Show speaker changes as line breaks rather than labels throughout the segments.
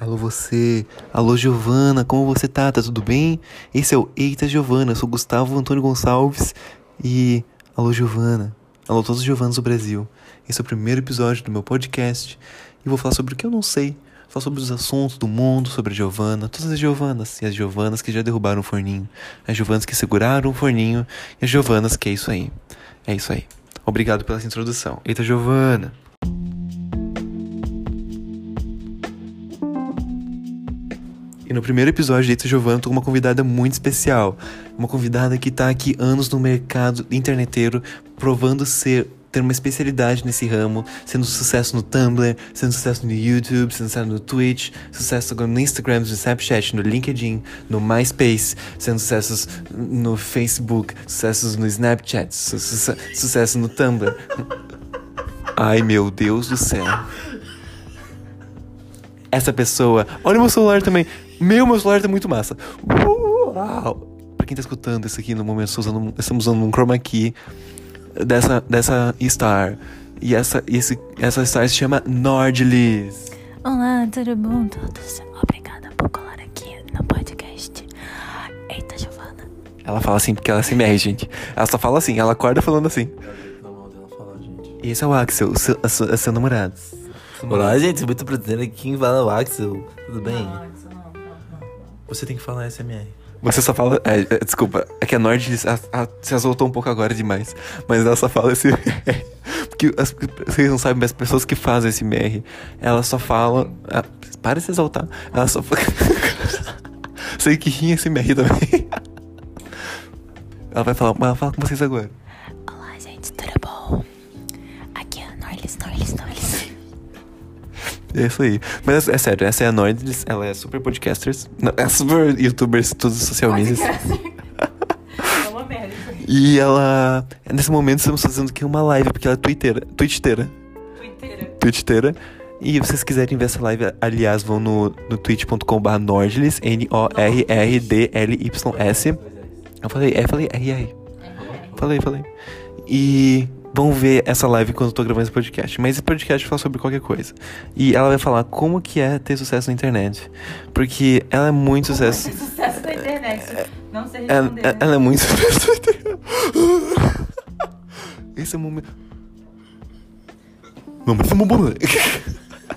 Alô você, alô Giovana, como você tá? Tá tudo bem? Esse é o Eita Giovana, eu sou Gustavo Antônio Gonçalves e alô Giovana, alô todos os Giovanas do Brasil. Esse é o primeiro episódio do meu podcast e vou falar sobre o que eu não sei, falar sobre os assuntos do mundo, sobre a Giovana, todas as Giovanas e as Giovanas que já derrubaram o forninho, as Giovanas que seguraram o forninho e as Giovanas que é isso aí. É isso aí. Obrigado pela essa introdução. Eita Giovana. E no primeiro episódio de Eita Giovana, eu tô com uma convidada muito especial. Uma convidada que tá aqui anos no mercado interneteiro, provando ser ter uma especialidade nesse ramo, sendo sucesso no Tumblr, sendo sucesso no YouTube, sendo sucesso no Twitch, sucesso agora no Instagram, no Snapchat, no LinkedIn, no MySpace, sendo sucessos no Facebook, sucessos no Snapchat, su- su- sucesso no Tumblr. Ai meu Deus do céu essa pessoa. Olha o meu celular também. Meu, meu celular tá muito massa. Uau! Pra quem tá escutando isso aqui no momento, estou usando um- estamos usando um chroma key dessa, dessa Star. E essa, e esse, essa Star se chama Nordlis.
Olá, tudo bom todos? Obrigada por colar aqui no podcast. Eita, Giovana.
Ela fala assim porque ela se mexe, gente. Ela só fala assim, ela acorda falando assim. E esse é o Axel, o seu, a sua- a seu namorado.
Olá, gente, muito prazer aqui em Vala Axel. Tudo bem? Você tem que falar SMR.
Você só fala. é, é, desculpa, é que a Nordlis a- a- se azoltou um pouco agora demais. Mas ela só fala esse. Porque as- vocês não sabem, mas as pessoas que fazem esse MR, elas só falam. ah, para de se exaltar. Elas só. fa- Sei que rinha esse MR também. Ela vai falar, mas ela fala com vocês agora.
Olá, gente, tudo bom? Aqui é a Norlis, Norlis, Norlis.
É isso aí. Mas é, é sério, essa é a Nordlis, ela é super podcasters. Não, é super youtubers, todos social medias.
É uma merda.
E ela. Nesse momento estamos fazendo aqui uma live, porque ela é twitteira. Twitteira.
Twitter.
Twitteira. E se vocês quiserem ver essa live, aliás, vão no, no twitch.com.br Nordlis, N-O-R-R-D-L-Y-S. Eu falei, é, falei, R, R. Falei, falei. E vão ver essa live quando eu tô gravando esse podcast. Mas esse podcast fala sobre qualquer coisa. E ela vai falar como que é ter sucesso na internet. Porque ela é muito sucesso.
Sucesso da internet. Não sei
Ela,
responder. né?
ela- ela é muito. Esse é o momento. Não, mas é uma boa.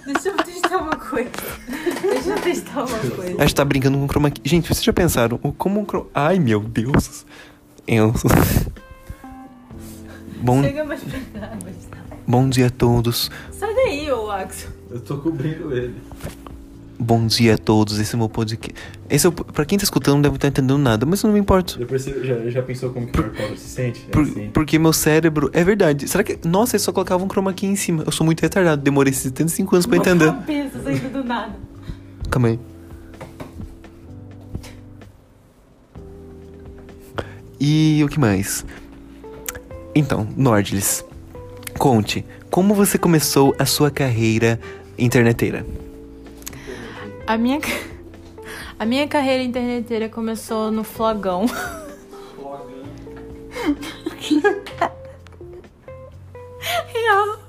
Deixa eu testar uma coisa. Deixa eu testar uma coisa.
A gente tá brincando com chroma key. Gente, vocês já pensaram o como um chroma... Ai, meu Deus. Eu... bom, né?
Chega mais pra cá, Gustavo.
bom dia a todos.
tá? Sai daí, ô Axel.
Eu tô cobrindo ele.
Bom dia a todos. Esse é o meu podcast. Esse é o... Pra quem tá escutando não deve estar entendendo nada, mas eu não me importo.
Depois você já, já pensou como que o Marco se sente? É
Por-
assim.
Porque meu cérebro... É verdade. Será que... Nossa, eles só colocavam um chroma key em cima. Eu sou muito retardado. Demorei 75 anos pra entender.
Uma cabeça saindo do nada.
Calma aí. E o que mais? Então, Nordlis, conte, como você começou a sua carreira interneteira?
A minha, ca- a minha carreira interneteira começou no flogão. Real.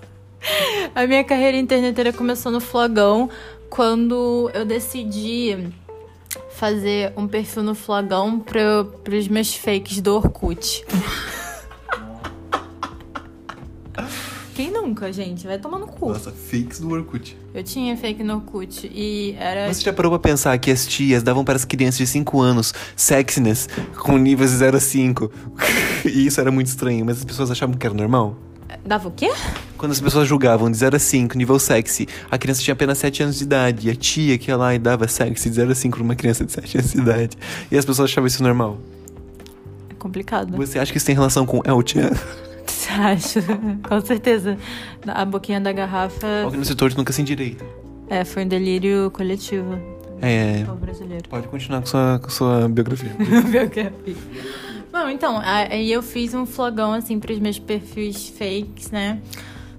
A minha carreira interneteira começou no flogão quando eu decidi fazer um perfil no flogão pra, pros meus fakes do Orkut. Quem nunca, gente? Vai tomar no cu.
fix do Orkut.
Eu tinha fake no Orkut e era.
Você já parou pra pensar que as tias davam para as crianças de 5 anos sexiness com níveis de 0 a 5? e isso era muito estranho, mas as pessoas achavam que era normal?
Dava o quê?
Quando as pessoas julgavam de 0 a 5, nível sexy, a criança tinha apenas 7 anos de idade. E a tia que ia lá e dava sexy de 0 a 5 pra uma criança de 7 anos de idade. E as pessoas achavam isso normal.
É complicado.
Você acha que isso tem relação com El Chan?
Acho, com certeza. A boquinha da garrafa
Alguém no setor de nunca sem direito.
é, foi um delírio coletivo
É.
ao brasileiro.
Pode continuar com sua, com sua biografia.
Bom, então, a- aí eu fiz um flogão, assim, pros meus perfis fakes, né?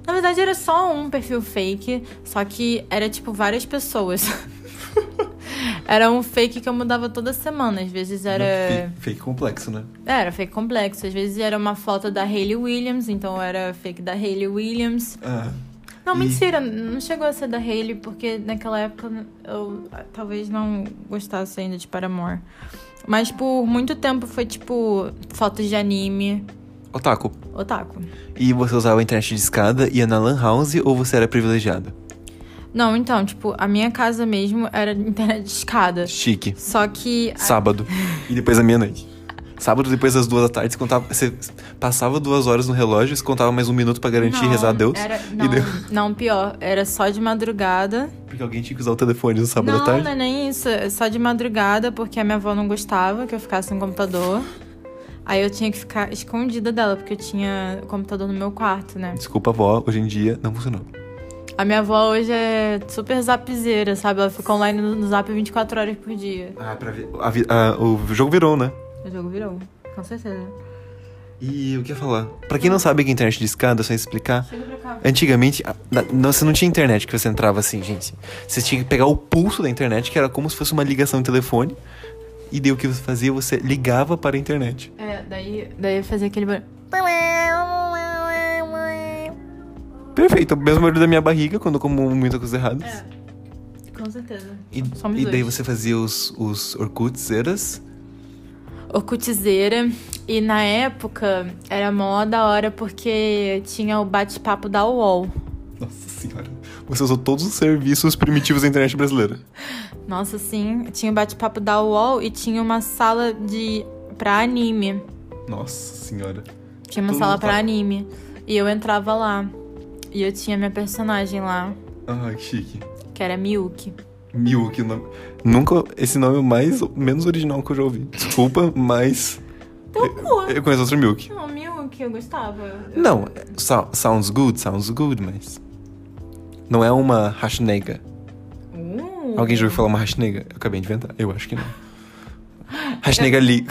Na verdade, era só um perfil fake, só que era, tipo, várias pessoas. era um fake que eu mudava toda semana. Às vezes era...
Fake, fake complexo, né?
É, Era fake complexo. Às vezes era uma foto da Hayley Williams, então era fake da Hayley Williams.
Ah.
Não,
E-
mentira, não chegou a ser da Hailey, porque naquela época eu ah, talvez não gostasse ainda de Paramore. Mas tipo, por muito tempo foi tipo fotos de anime,
Otaku.
otaku.
E você usava a internet de escada, ia na Lan House ou você era privilegiada?
Não, então, tipo, a minha casa mesmo era internet de escada.
Chique.
Só que.
Sábado. E depois da meia-noite. Sábado, depois das duas da tarde, você, contava, você passava duas horas no relógio, você contava mais um minuto pra garantir e
Não,
rezar a Deus.
era-
e
não,
deu-
não, pior. Era só de madrugada.
Porque alguém tinha que usar o telefone no sábado à
não,
Tá tarde.
não é nem isso. É só de madrugada, porque a minha avó não gostava que eu ficasse no computador. Aí eu tinha que ficar escondida dela, porque eu tinha o computador no meu quarto, né?
Desculpa, avó, hoje em dia não funcionou.
A minha avó hoje é super zapzeira, sabe? Ela fica online no no zap 24 horas por dia.
Ah, pra ver. a vi- a- o jogo virou, né?
O jogo virou, com certeza.
E o que eu ia falar? Pra quem não sabe o que é internet de escada, só explicar.
Chega pra cá.
Antigamente, a- na- não, você não tinha internet que você entrava assim, gente. Você tinha que pegar o pulso da internet, que era como se fosse uma ligação de telefone. E daí o que você fazia? Você ligava para a internet.
É, daí, daí eu fazia aquele barulho.
Perfeito, o mesmo barulho da minha barriga quando eu como muita coisa errada.
É, Com certeza.
E,
Somos
e daí
dois.
você fazia os, os Orkuts, eras?
Orcutizeira. E na época era mó da hora porque tinha o bate-papo da UOL.
Nossa senhora. Você usou todos os serviços primitivos da internet brasileira.
Nossa, sim. Tinha o bate-papo da UOL e tinha uma sala de pra anime.
Nossa senhora.
Tinha uma
Todo
sala
mundo
pra
tá-
anime. E eu entrava lá. E eu tinha minha personagem lá,
Ah, que chique.
que era Miyuki.
Milk, o nome. Nunca. Esse nome é o mais, menos original que eu já ouvi. Desculpa, mas.
Teu cu!
Eu conheço outro Milk.
Não, Miyuki, eu gostava.
Não, é- so- sounds good, sounds good, mas. Não é uma hashnega.
Uh.
Alguém já ouviu falar uma hashnega? Eu acabei de inventar. Eu acho que não. Hashnega Lee.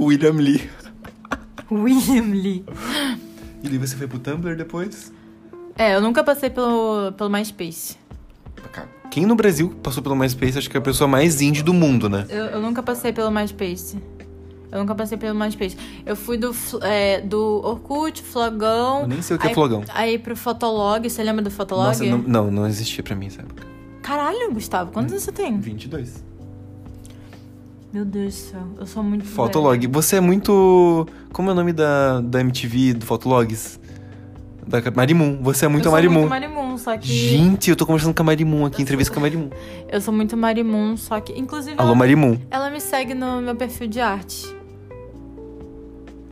William Lee.
William Lee.
E daí você foi pro Tumblr depois?
É, eu nunca passei pelo, pelo MySpace.
Quem no Brasil passou pelo MySpace acho que é a pessoa mais indie do mundo, né?
Eu, eu nunca passei pelo MySpace. Eu nunca passei pelo MySpace. Eu fui do, fl- é, do Orkut, Flogão.
Eu nem sei o que é
aí-
Flogão.
Aí pro Fotolog. Você lembra do Fotolog?
Nossa, não, não, não existia pra mim essa época.
Caralho, Gustavo,
É.
quantos anos você tem?
22.
Meu Deus do céu, eu sou muito.
Fotolog. Você é muito. Como é o nome da, da MTV, do Fotologs? Da Marimun. Você é muito
eu
a Marimun.
sou muito Marimun, só que.
Gente, eu tô conversando com a Marimun aqui, entrevista com a Marimun.
Eu sou muito Marimun, só que. Inclusive,
Alô,
ela,
Marimun.
ela me segue no meu perfil de arte.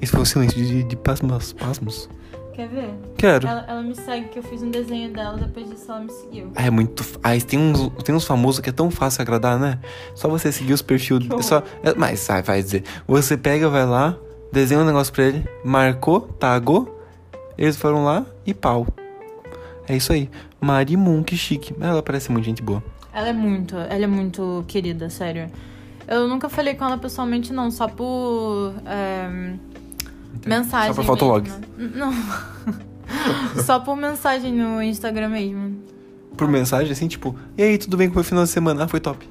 Esse foi um silêncio de, de pasmos, pasmos.
Quer ver?
Quero.
Ela, ela me segue, que eu fiz um desenho dela, depois disso ela me seguiu.
Ah, é muito. f- Ah, tem uns, tem uns famosos que é tão fácil agradar, né? Só você seguir os perfis. Só, é, mas sai, vai dizer. Você pega, vai lá, desenha um negócio pra ele, marcou, tagou, eles foram lá e pau. É isso aí. Mari Moon, que chique. Ela parece muito gente boa.
Ela é muito, ela é muito querida, sério. Eu nunca falei com ela pessoalmente, não, só por. é, mensagem.
Só por fotolog.
mesmo. N- Não. só por mensagem no Instagram mesmo.
Por mensagem, assim, tipo, e aí, tudo bem como foi o final de semana? Ah, foi top.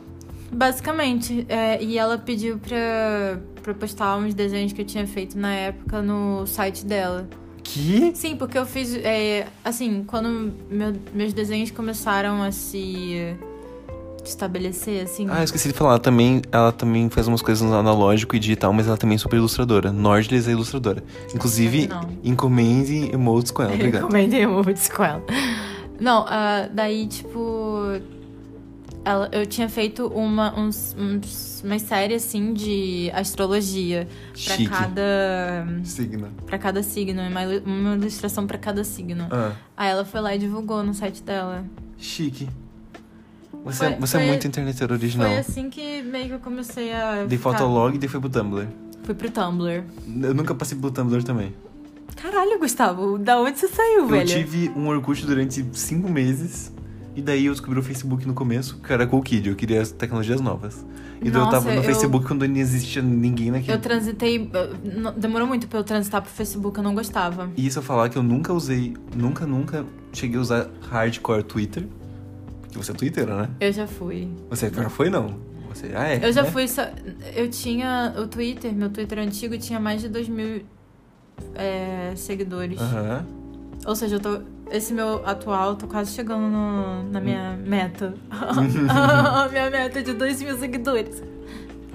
Basicamente, é, e ela pediu pra, pra eu postar uns desenhos que eu tinha feito na época no site dela.
Que?
Sim, porque eu fiz. é, assim, quando meu- meus desenhos começaram a se estabelecer, assim.
Ah, eu esqueci de falar, ela também, ela também faz umas coisas no analógico e digital, mas ela também é super ilustradora. Nordles é ilustradora. Inclusive,
Não.
encomende emotes com ela,
Eu
obrigado.
comentei muito com ela. Não, ah, daí, tipo. ela- eu tinha feito uma, uns, uns- uma série, assim, de astrologia. Pra
Chique.
cada.
Signa.
para cada signo. Uma, ilu- uma ilustração pra cada signo.
Ah,
Aí ela foi lá e divulgou no site dela.
chique. Você,
Foi-
você
foi-
é muito interneteiro original.
Foi assim tá. que meio que eu comecei a.
Dei
ficar-
fotolog e daí foi pro Tumblr.
Fui pro Tumblr.
Eu nunca passei pelo Tumblr também.
Caralho, Gustavo, da onde você saiu,
Eu
velho?
tive um Orkut durante cinco meses. E daí eu descobri o Facebook no começo, que era Cool Kid, eu queria as tecnologias novas. E daí eu
Nossa,
tava no
eu-
Facebook quando não existia ninguém naquele.
Eu transitei. eu- não- Demorou muito pra eu transitar pro Facebook, eu não gostava.
E isso eu falar que eu nunca usei, nunca, nunca cheguei a usar hardcore Twitter. Porque você é Twitter, né?
Eu já fui.
Você já foi, não. Você já é.
Eu já
né?
fui. só- Eu tinha o Twitter, meu Twitter antigo tinha mais de 2 mil é, seguidores.
Aham.
Ou seja, eu tô esse meu atual, tô quase chegando no- na minha
Hum.
meta. minha meta é de 2 mil seguidores.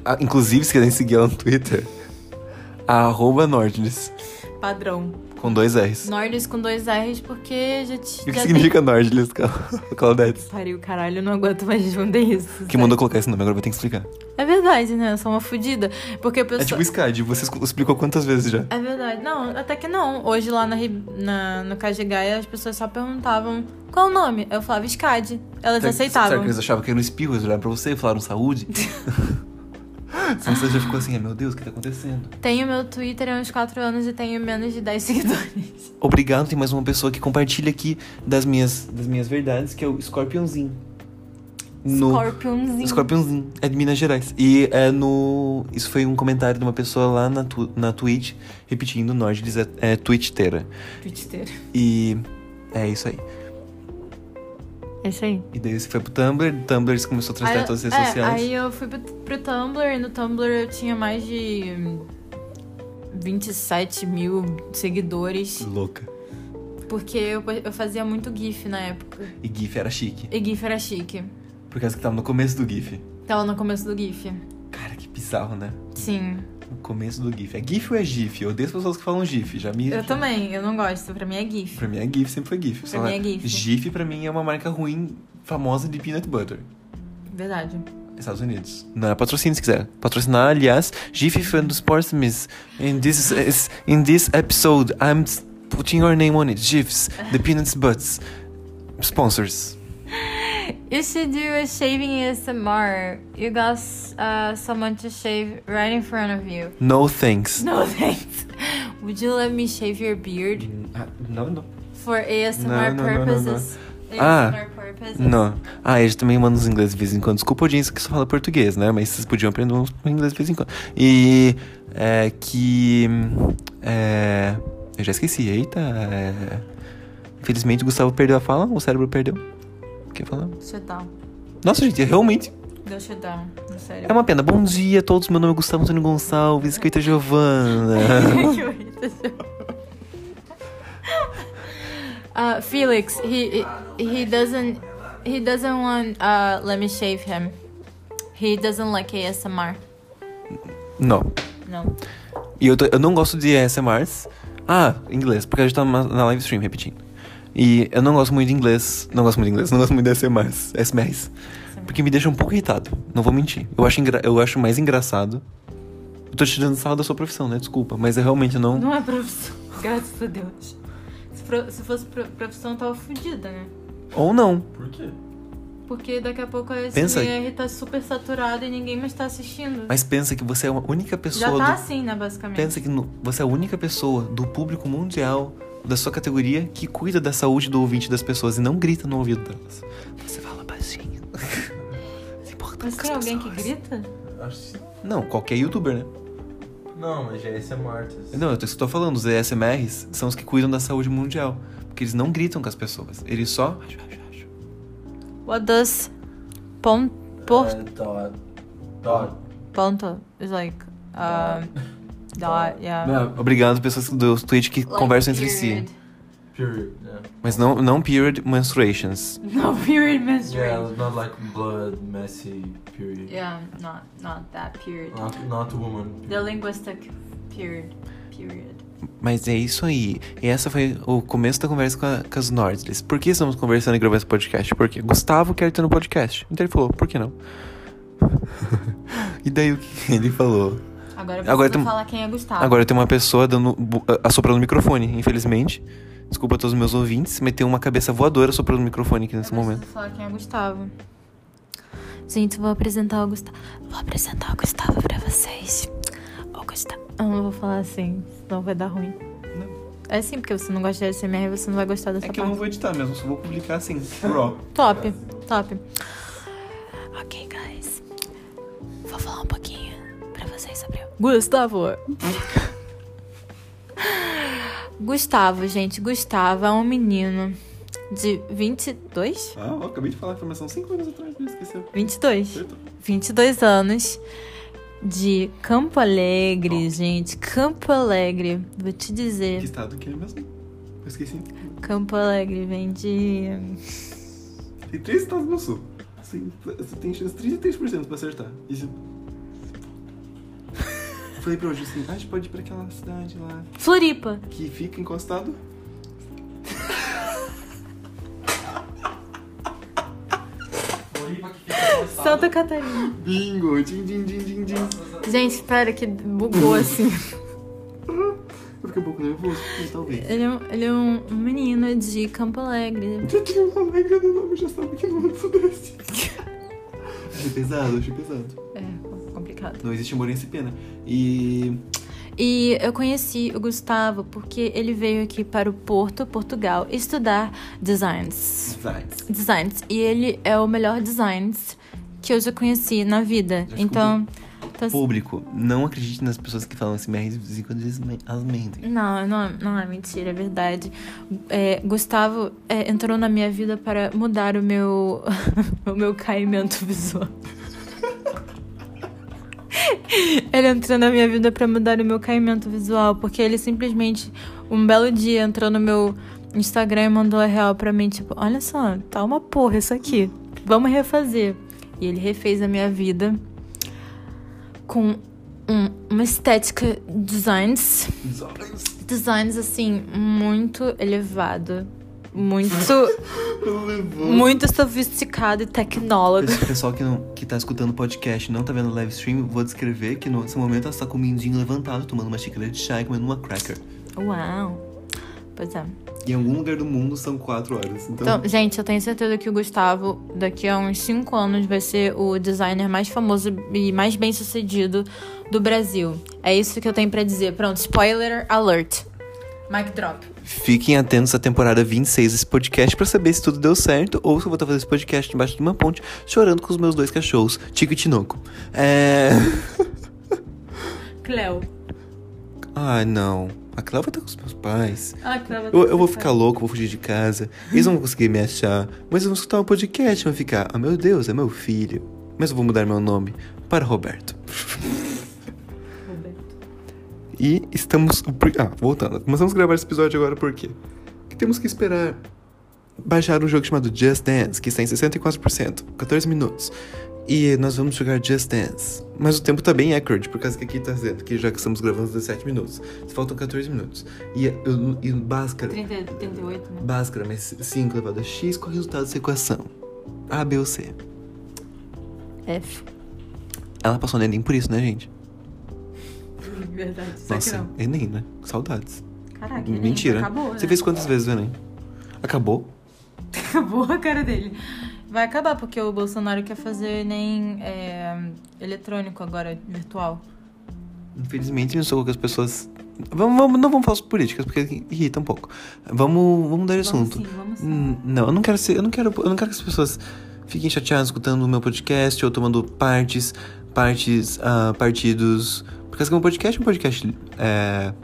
Ah, inclusive, se quiserem seguir ela no Twitter, a arroba Nordlis,
Padrão.
com dois R's.
Nordis com dois R's, porque já te.
E o que
já
significa Nordlis, Claudete?
Tem... Pariu, caralho, eu não aguento mais responder isso.
Que mandou colocar esse nome, agora eu vou ter que explicar.
É verdade, né? Eu sou uma fudida. Porque o
É
pessoal.
tipo Skyd, você escu- explicou quantas vezes já.
É verdade. Não, até que não. Hoje lá na, Ri- na, no KG Gaia, as pessoas só perguntavam qual o nome. Eu falava Skad. Elas
Será
aceitavam.
que eles achavam que era um espirro? Eles olharam pra você e falaram saúde? Senão você já ficou assim, ai meu Deus, o que tá acontecendo?
Tenho meu Twitter há uns 4 anos e tenho menos de 10 seguidores.
Obrigado, tem mais uma pessoa que compartilha aqui das minhas, das minhas verdades, que é o Scorpionzinho.
Scorpionzinho.
Scorpionzinho, é de Minas Gerais. E é no. Isso foi um comentário de uma pessoa lá na, tu, na Twitch, repetindo, nós diz é, é Twitchera.
Twitter.
E é isso aí.
É isso aí.
E daí você foi pro Tumblr, do Tumblr você começou a
Aí
transitar
eu-
todas as redes
é,
sociais.
Aí eu fui pro, pro Tumblr e no Tumblr eu tinha mais de hum, 27 mil seguidores.
Louca.
Porque eu, eu fazia muito GIF na época.
E GIF era chique.
E GIF era chique.
Por causa que tava no começo do GIF.
Tava no começo do GIF.
Cara, que bizarro, né?
Sim.
No começo do GIF. É GIF ou é GIF? Eu odeio as pessoas que falam GIF. Já me.
Eu também, eu não gosto. Pra mim é GIF.
Pra mim é GIF, sempre foi GIF.
Pra
Só
mim
lá,
é GIF.
GIF pra mim é uma marca ruim, famosa de peanut butter.
Verdade.
Estados Unidos. Não é patrocínio se quiser. Patrocinar, aliás, GIF Fan dos Portsmouth. In this, is- in this episode, I'm putting your name on it. GIFs, The Peanuts Butts. Sponsors.
You should do a shaving ASMR. You got uh, someone to shave right in front of you.
No thanks.
No thanks. Would you let me shave your beard
Hum, ah, Não, não.
for
Não,
ASMR
não, não, não, não.
purposes?
Ah,
ASMR purposes?
Não. Ah, eles também mandam os ingleses de vez em quando. Desculpa, audiência, que só fala português, né? Mas vocês podiam aprender um inglês de vez em quando. E... É que... É... Eu já esqueci. Eita, é... Infelizmente, o Gustavo perdeu a fala. O cérebro perdeu. O que eu ia falar?
Shutdown.
Nossa, gente, é realmente...
Deu shutdown. Sério.
É uma pena. Bom dia a todos. Meu nome é Gustavo Antônio Gonçalves, escrita Giovana.
uh, Felix, he he doesn't he doesn't want uh let me shave him. He doesn't like ASMR.
não.
Não.
E eu, tô- eu não gosto de ASMRs. Ah, inglês, porque a gente tá na, na live stream repetindo. E eu não gosto muito de inglês. Não gosto muito de inglês, não gosto muito de ASMRs. ASMRs. Porque me deixa um pouco irritado. Não vou mentir. Eu acho, engra- eu acho mais engraçado. Eu tô tirando sarro da sua profissão, né? Desculpa. Mas eu realmente não.
Não é profissão, graças a Deus. Se, pro- se fosse pro- profissão, eu tava fodida, né?
Ou não.
Por quê?
Porque daqui a pouco a
Pensa aí.
SMR tá super saturada e ninguém mais tá assistindo.
Mas pensa que você é uma única pessoa
Já tá
do
assim, né, basicamente.
Pensa que no- você é a única pessoa do público mundial da sua categoria que cuida da saúde do ouvinte das pessoas e não grita no ouvido delas. Você fala baixinho. Você importa
Mas
com
tem
as
alguém que
pessoas.
grita?
Acho que sim.
Não, qualquer youtuber, né?
Não, mas já esse é Martas.
Não, eu tô, isso que eu tô falando, os ASMRs são os que cuidam da saúde mundial. Porque eles não gritam com as pessoas. Eles só.
What does pon, por,
É, dot. Dot.
ponto is like um, dot, yeah.
Ah, Obrigado, pessoas do Twitch que conversam entre si.
Period. Yeah.
Mas não, não period menstruations.
No period menstruation.
yeah, not like blood, messy, period.
Yeah, not not that period.
Ah,
Not, not
tá
woman.
The
Period.
linguistic period. Period.
Mas é isso aí. E essa foi o começo da conversa com, a, com as Nordlis. Por que estamos conversando e gravando esse podcast? Porque Gustavo quer ter no podcast. Então ele falou, por que não? e daí o que ele falou?
Agora eu
Agora
preciso
tem- um-
falar quem é Gustavo.
Agora tem uma pessoa dando, bu- a- assoprando o microfone, infelizmente. Desculpa a todos os meus ouvintes, mas tem uma cabeça voadora assoprando o microfone aqui nesse
eu
momento.
preciso falar quem é Gustavo.
Gente, vou apresentar o Gustavo. Vou apresentar o Gustavo pra vocês. O Gustavo.
Eu não vou falar assim, senão vai dar ruim. É sim, porque você não gosta de SMR, você não vai gostar dessa parte.
vou editar mesmo, só vou publicar assim, pro.
Top, top.
Ok, guys. Vou falar um pouquinho pra vocês sobre o.
Gustavo. Gustavo, gente. Gustavo é um menino de 22?
Ah, ó, acabei de falar a informação 5 anos atrás, me esqueceu.
22. 22 anos. De Campo Alegre, gente. Campo Alegre. Vou te dizer.
estado que ele mesmo? Eu esqueci.
Campo Alegre vende.
Tem três estados no sul. Você você tem chance de 33% pra acertar. E se- Falei pra hoje assim, ah, a gente pode ir pra aquela cidade lá
Floripa.
que fica encostado.
Floripa que fica no estado.
Santa Catarina.
Bingo! Din, din, din, din, din.
Gente, pera, que bugou assim.
Eu fiquei um pouco nervoso, mas talvez.
Ele é um, ele é um menino de Campo Alegre.
Eu tinha um colega do nome, já sabe que não é do sudeste. achei pesado, achei pesado.
É, complicado.
Não existe morense pena. E.
E eu conheci o Gustavo porque ele veio aqui para o Porto, Portugal, estudar designs.
Designs.
Designs. E ele é o melhor designs que eu já conheci na vida.
Já
Então. então assim,
Público, não acredite nas pessoas que falam assim, esse merda quando eles men- elas mentem.
Não, não, não é mentira, é verdade. É, Gustavo é, entrou na minha vida para mudar o meu, o meu caimento visual. ele entrou na minha vida para mudar o meu caimento visual, porque ele simplesmente, um belo dia, entrou no meu Instagram e mandou a real pra mim, tipo, olha só, tá uma porra isso aqui, vamos refazer. E ele refez a minha vida com um- uma estética designs
Designs.
designs assim muito elevado, muito
Levou.
muito sofisticado e tecnólogo.
Pessoal- Pessoal que, não, que tá escutando o podcast e não tá vendo o live stream, vou descrever que no- nesse momento ela está com o mindinho levantado, tomando uma xícara de chá e comendo uma cracker.
Uau. Pois é.
E em algum lugar do mundo são quatro horas. Então,
Então, gente, eu tenho certeza que o Gustavo daqui a uns 5 anos vai ser o designer mais famoso e mais bem-sucedido do Brasil. É isso que eu tenho pra dizer. Pronto, spoiler alert. Mic drop.
fiquem atentos à temporada 26 desse podcast pra saber se tudo deu certo ou se eu vou estar fazendo esse podcast embaixo de uma ponte, chorando com os meus dois cachorros, Tico e Tinoco. É.
Cleo.
Ai, não. A Cléo vai estar com os meus pais.
Ah, Cleo.
Eu, eu vou ficar louco, vou fugir de casa. Eles não vão conseguir me achar. Mas eles vão escutar um podcast e vão ficar: Ah, meu Deus, é meu filho. Mas eu vou mudar meu nome para Roberto. E estamos. Ah, voltando. Começamos a gravar esse episódio agora por quê? Porque temos que esperar baixar um jogo chamado Just Dance, que está em 64%, 14 minutos. E nós vamos jogar Just Dance. Mas o tempo tá bem accurate, por causa que aqui tá dizendo que já que estamos gravando 17 minutos, faltam 14 minutos. E, eu, e Bhaskara,
30, 38, né?
Bhaskara, mas 5 elevado a x, qual é o resultado dessa equação? A, B ou C?
F.
Ela passou no Enem por isso, né, gente?
Verdade. Só
Nossa, Enem, né? Saudades.
Caraca, ele
Mentira.
Ah, Acabou, né?
Você fez quantas vezes o Enem? Acabou?
Acabou a cara dele. Vai acabar, porque o Bolsonaro quer fazer nem é, eletrônico agora, virtual.
Infelizmente, não sou com que as pessoas. Vamos, vamos- não vamos falar sobre políticas, porque irrita um pouco. Vamos, vamos mudar de assunto.
Vamos sim, vamos sim.
Hum, Não, eu não quero ser. Eu não quero, eu não quero que as pessoas fiquem chateadas escutando o meu podcast ou tomando partes, partes, ah, partidos. Porque esse é um podcast, é um podcast. É,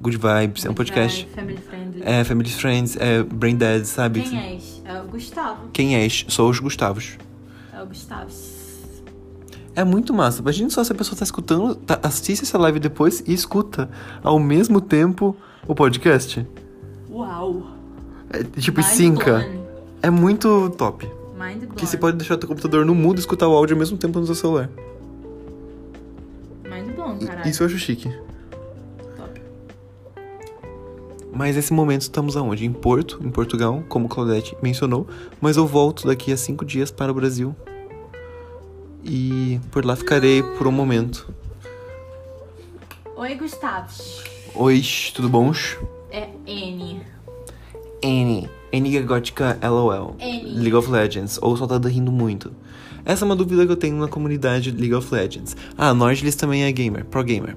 good vibes, é um podcast.
Family friendly.
É Family Friends, é Brain Dead, sabe?
Quem és? É o Gustavo.
Quem és? Sou os Gustavos.
É o Gustavo.
É muito massa. Imagina só se a pessoa tá escutando, tá- assiste essa live depois e escuta ao mesmo tempo o podcast.
Uau.
É, tipo, cinca. É muito top.
Mind blown.
Porque você pode deixar teu computador no mudo e escutar o áudio ao mesmo tempo no seu celular.
Mind blown, caralho.
Isso eu acho chique.
Top.
Mas nesse momento estamos aonde? Em Porto, em Portugal, como Claudete mencionou. Mas eu volto daqui a cinco dias para o Brasil. E por lá ficarei por um momento.
Oi, Gustavo.
Oi, tudo bons?
É N.
N. N é gótica LOL.
N.
League of Legends. Ou soltada rindo muito. Essa é uma dúvida que eu tenho na comunidade League of Legends. Ah, Nordlis também é gamer, pro gamer.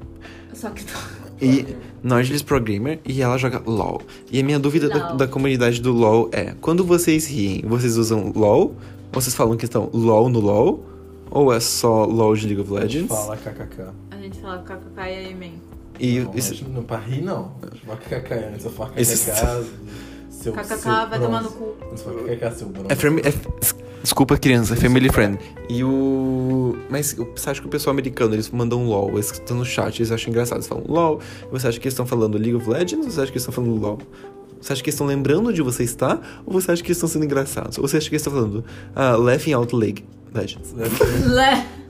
Só que não.
E Nordlis pro gamer e ela joga LOL. E a minha dúvida da,
LOL.
da comunidade do LOL é: quando vocês riem, vocês usam LOL? Vocês falam que estão LOL no LOL? Ou é só LOL de League of Legends?
Fala kkk.
A gente fala kkk e aí, man.
E
não,
isso-
acho- não, pra rir não. Fala kkk antes, eu falo kkk.
Esse-
Seu,
Kkk
seu
vai tomar no
bronze.
cu.
Antes fala kkk, seu bronze.
É fami- é f- s- Desculpa, criança, é family friend. E o. Mas o- você acha que o pessoal americano, eles mandam um LOL, eles estão no chat, eles acham engraçado, eles falam LOL. Você acha que eles estão falando League of Legends ou você acha que eles estão falando LOL? Você acha que eles estão lembrando onde você está? Ou você acha que eles estão sendo engraçados? Ou você acha que eles estão falando ah, Laughing Out League? Verdade.
Laughing-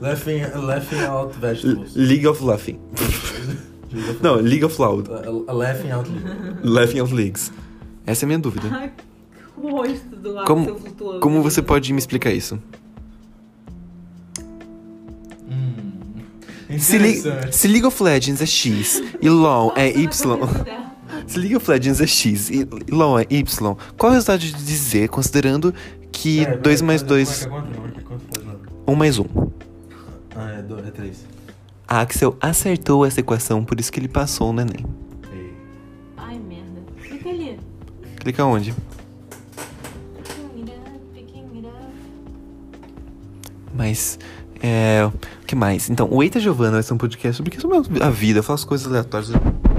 Le-
Laughing, laughing out
L-
vegetables.
League of Laughing. Não, League of Loud.
La- Laughing out
Laughing Out Leagues. Essa é a minha dúvida.
Ai, que rosto do lado
Como-
seu flutuando.
Como você pode me explicar isso?
Hum.
Se, li
Interessante.
se League of Legends é X e LOL é Y. Se League of Legends é X e LOL é Y, qual é o resultado de dizer, considerando que
Pera, pera,
2 mais
pera,
2,
Marca quanto? Marca quanto? Pode é
1
não.
mais 1?
Ah, é 2, é 3.
A Axel acertou essa equação, por isso que ele passou no Enem.
Ai, merda. Fica ali.
Clica onde?
Pequenira, pequenira.
Mas, é... O que mais? Então, o Eita Giovanna vai ser um podcast sobre o que sobre a vida, eu faço coisas aleatórias,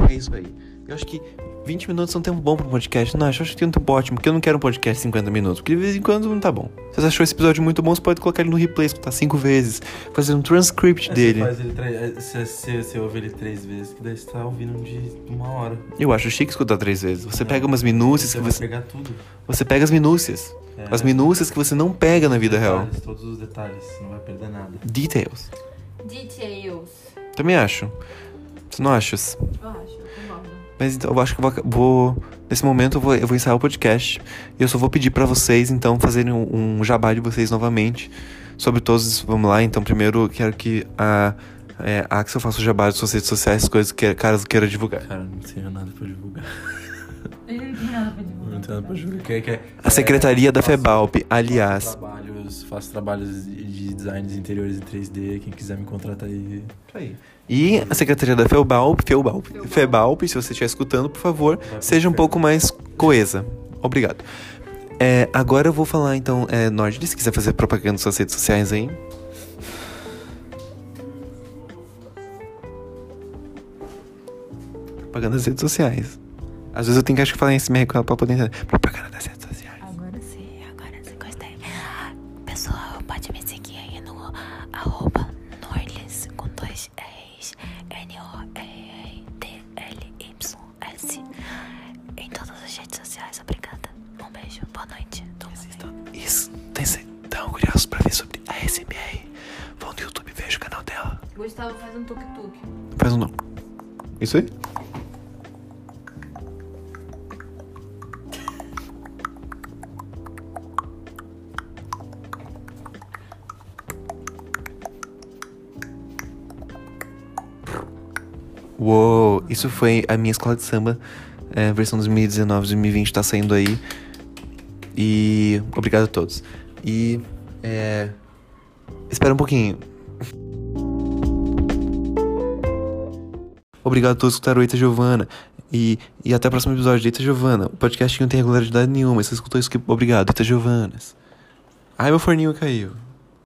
é isso aí. Eu acho que 20 minutos é um tempo bom pra um podcast. Não, eu acho que é um tempo ótimo, porque eu não quero um podcast de 50 minutos, porque de vez em quando não tá bom. Se você achou esse episódio muito bom, você pode colocar ele no replay, escutar 5 vezes, fazer um transcript dele.
Você, faz ele três- é, você, você, você ouve ele três vezes, que daí você tá ouvindo um de uma hora.
Eu acho chique escutar três vezes. Você
É.
pega umas minúcias
Você
que
vai
você.
pegar tudo.
Você pega as minúcias.
É,
As minúcias que você não pega na vida real.
detalhes, Todos os detalhes, você não vai perder nada.
Details.
Details.
Também acho. Você não achas?
Eu acho, eu concordo.
Mas então, eu acho que eu vou. vou- nesse momento eu vou, eu vou encerrar o podcast. E eu só vou pedir pra vocês, então, fazerem um, um jabá de vocês novamente. Sobre todos. Vamos lá, então, primeiro eu quero que a. É, a Axel faça o jabá de suas redes sociais, coisas que caras queira divulgar.
Cara, não tenho nada pra divulgar.
Ele não tem nada pra divulgar.
Não tenho nada pra divulgar. Que, é, que,
A secretaria da FEBALP, aliás.
Trabalhos, faço trabalhos de de designs interiores em 3D. Quem quiser me contratar aí. aí.
E a secretaria da Felbalp, Felbalp, Febalp, se você estiver escutando, por favor,
pro
seja um
inferno.
pouco mais coesa. Obrigado. É, agora eu vou falar, então, é, Nord, se quiser fazer propaganda nas suas redes sociais aí. Propaganda nas redes sociais. Às vezes eu tenho que, acho que falar esse meio pra poder entender. Propaganda das redes sociais.
Agora sim, agora sim, gostei. Pessoal, pode me seguir aí no arroba Norlis com dois R's, N-O-R-R-T-L-Y-S. Em todas as redes sociais, obrigada. Um beijo, boa noite. Toma bem.
Isso, tem que ser tão curioso pra ver sobre a SMR. Vão no YouTube, veja o canal dela.
Gustavo faz um tuk-tuk.
Faz um não. Isso aí? Uou, isso foi a minha escola de samba, é, versão 2019, 2020, tá saindo aí. E obrigado a todos. E é, espera um pouquinho. Obrigado a todos que escutaram o Eita Giovana. E, e até o próximo episódio de Eita Giovana. O podcast que não tem regularidade nenhuma. Se você escutou isso, que... obrigado, Eita Giovanas. Ai, meu forninho caiu.